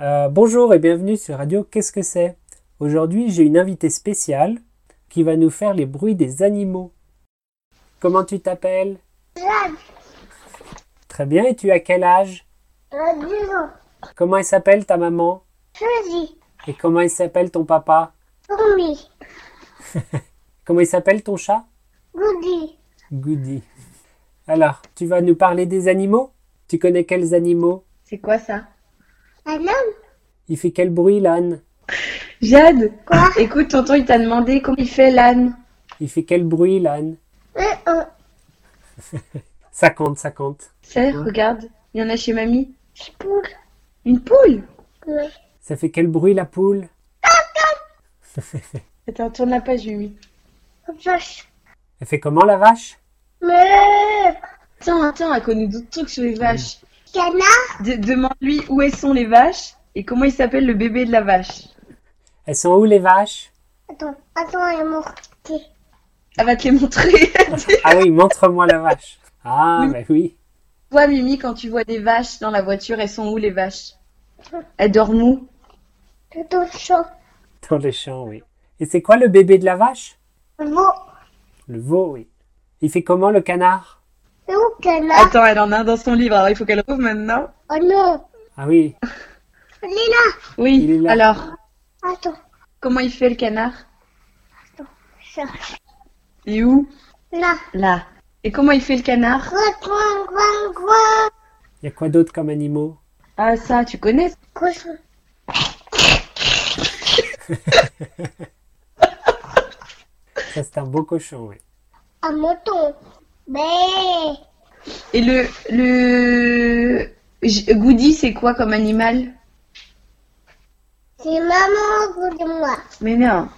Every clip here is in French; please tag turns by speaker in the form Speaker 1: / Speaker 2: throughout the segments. Speaker 1: Euh, bonjour et bienvenue sur Radio Qu'est-ce que c'est Aujourd'hui, j'ai une invitée spéciale qui va nous faire les bruits des animaux. Comment tu t'appelles Très bien, et tu as quel âge Comment elle s'appelle ta maman
Speaker 2: Josie,
Speaker 1: Et comment il s'appelle ton papa
Speaker 2: Tommy,
Speaker 1: Comment il s'appelle ton chat
Speaker 2: Goody,
Speaker 1: Goody. Alors, tu vas nous parler des animaux Tu connais quels animaux
Speaker 3: C'est quoi ça
Speaker 2: un homme,
Speaker 1: Il fait quel bruit l'âne
Speaker 3: Jade
Speaker 2: Quoi
Speaker 3: Écoute, tonton, il t'a demandé comment il fait l'âne.
Speaker 1: Il fait quel bruit l'âne
Speaker 2: un homme,
Speaker 1: Ça compte, ça compte.
Speaker 3: C'est,
Speaker 1: Ouais.
Speaker 3: regarde, il y en a chez mamie.
Speaker 2: une poule,
Speaker 3: Une poule
Speaker 2: oui,
Speaker 1: Ça fait quel bruit la poule
Speaker 3: Attends, tourne la page, Mimi.
Speaker 2: un vache,
Speaker 1: Elle fait comment la vache
Speaker 2: mais
Speaker 3: Attends, attends, elle connaît d'autres trucs sur les vaches.
Speaker 2: canard,
Speaker 3: De- Demande-lui où elles sont les vaches et comment il s'appelle le bébé de la vache.
Speaker 1: Elles sont où les vaches
Speaker 2: attends, attends, elle est mortée,
Speaker 3: Elle va te les montrer.
Speaker 1: Ah oui, montre-moi la vache. Ah, bah oui.
Speaker 3: Toi, Mimi, quand tu vois des vaches dans la voiture, elles sont où les vaches Elles dorment où
Speaker 2: tout au champ,
Speaker 1: Dans les champs, oui. Et c'est quoi le bébé de la vache
Speaker 2: veau,
Speaker 1: Le veau, oui. Il fait comment le canard
Speaker 2: et où canard,
Speaker 3: Attends, elle en a un dans son livre, alors il faut qu'elle trouve maintenant.
Speaker 2: oh non,
Speaker 1: Ah oui,
Speaker 2: elle est là,
Speaker 3: Oui,
Speaker 1: Il est là.
Speaker 3: alors,
Speaker 2: attends,
Speaker 3: comment il fait le canard
Speaker 2: ça,
Speaker 3: Il est où
Speaker 2: là,
Speaker 3: Là. Et comment il fait le canard
Speaker 2: groin, groin, groin, groin,
Speaker 1: il y a quoi d'autre comme animaux
Speaker 3: Ah ça, tu connais
Speaker 2: cochon,
Speaker 1: Ça, c'est un beau cochon, oui.
Speaker 2: un mouton, Ah, mais
Speaker 3: Et le le J- Goody, c'est quoi comme animal
Speaker 2: c'est maman au bout de moi,
Speaker 3: Mais non.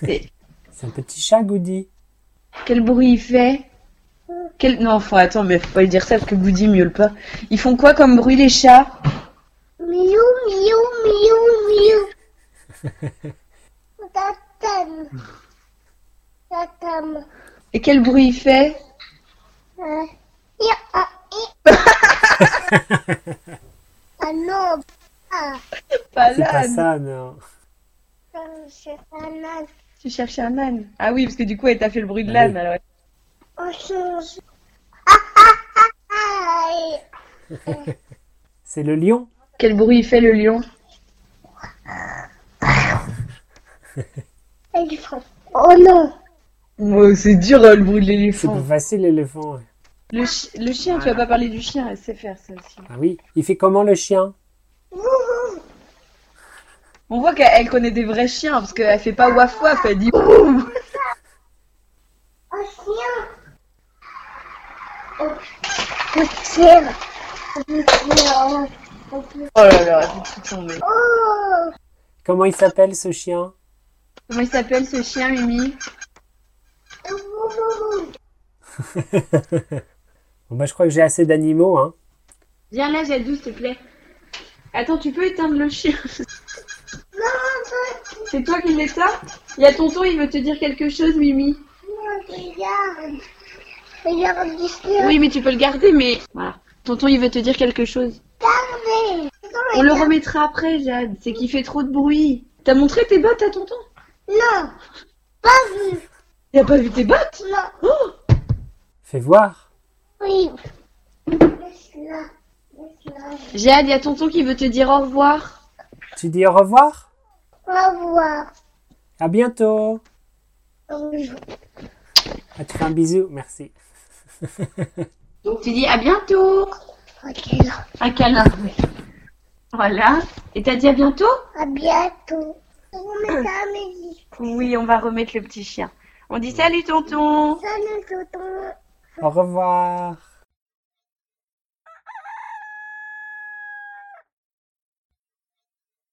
Speaker 3: C'est-
Speaker 1: C'est un petit chat, Goody.
Speaker 3: Quel bruit il fait Quel non, faut attends, mais faut pas lui dire ça parce que Goody miaule pas. Ils font quoi comme bruit les chats
Speaker 2: miou, miou, miou, miou, tatam, tatam,
Speaker 3: Et quel bruit il fait
Speaker 2: Euh, et- ah, et- ah non, pas
Speaker 3: Pas
Speaker 1: C'est pas
Speaker 3: l'âne.
Speaker 1: ça, non.
Speaker 2: euh, c'est un âne.
Speaker 3: Tu cherches un âne. Ah oui, parce que du coup, elle t'a fait le bruit de
Speaker 1: Ah
Speaker 3: l'âne
Speaker 1: oui.
Speaker 3: alors.
Speaker 2: On change. Ah, ah, ah, ah, et-
Speaker 1: C'est le lion
Speaker 3: Quel bruit il fait le lion
Speaker 2: et du front. Oh non,
Speaker 3: Oh, c'est dur hein, le bruit de
Speaker 1: C'est
Speaker 3: l'éléphant.
Speaker 1: plus facile, l'éléphant. ouais.
Speaker 3: Le, chi- le chien, tu vas pas parler du chien, elle sait faire ça aussi.
Speaker 1: Ah oui, il fait comment le chien
Speaker 3: On voit qu'elle elle connaît des vrais chiens parce qu'elle fait pas waf waf, elle dit Ouh
Speaker 2: un chien. Oh, Un chien. Un chien. Un chien.
Speaker 3: Oh là là, elle fait tout tomber.
Speaker 2: Oh,
Speaker 1: Comment il s'appelle ce chien
Speaker 3: Comment il s'appelle ce chien, Mimi
Speaker 2: oh, oh, oh, oh.
Speaker 1: Bon, bah, je crois que j'ai assez d'animaux, hein.
Speaker 3: Viens là, Jadou, s'il te plaît. Attends, tu peux éteindre le chien
Speaker 2: Non,
Speaker 3: C'est toi qui l'éteins Il y a tonton, il veut te dire quelque chose, Mimi.
Speaker 2: non, regarde. Regarde du chien.
Speaker 3: Oui, mais tu peux le garder, mais... Voilà. Tonton, il veut te dire quelque chose.
Speaker 2: Regardez.
Speaker 3: On le remettra après, Jade. C'est qu'il fait trop de bruit. T'as montré tes bottes à tonton
Speaker 2: Non, pas vu.
Speaker 3: Il a pas vu tes bottes
Speaker 2: Non,
Speaker 3: Oh
Speaker 1: Fais voir.
Speaker 2: oui. Laisse-la. Laisse-la.
Speaker 3: Jade, il y a tonton qui veut te dire au revoir.
Speaker 1: Tu dis au revoir
Speaker 2: Au revoir.
Speaker 1: À bientôt.
Speaker 2: Bonjour.
Speaker 1: Ah, tu fais un bisou, merci.
Speaker 3: Donc tu dis à bientôt
Speaker 2: Ok, là.
Speaker 3: Un câlin. Voilà. Et t'as dit à bientôt
Speaker 2: À bientôt. On remet ça à Amélie.
Speaker 3: Oui, on va remettre le petit chien. On dit salut tonton
Speaker 2: Salut, tonton.
Speaker 1: Au revoir.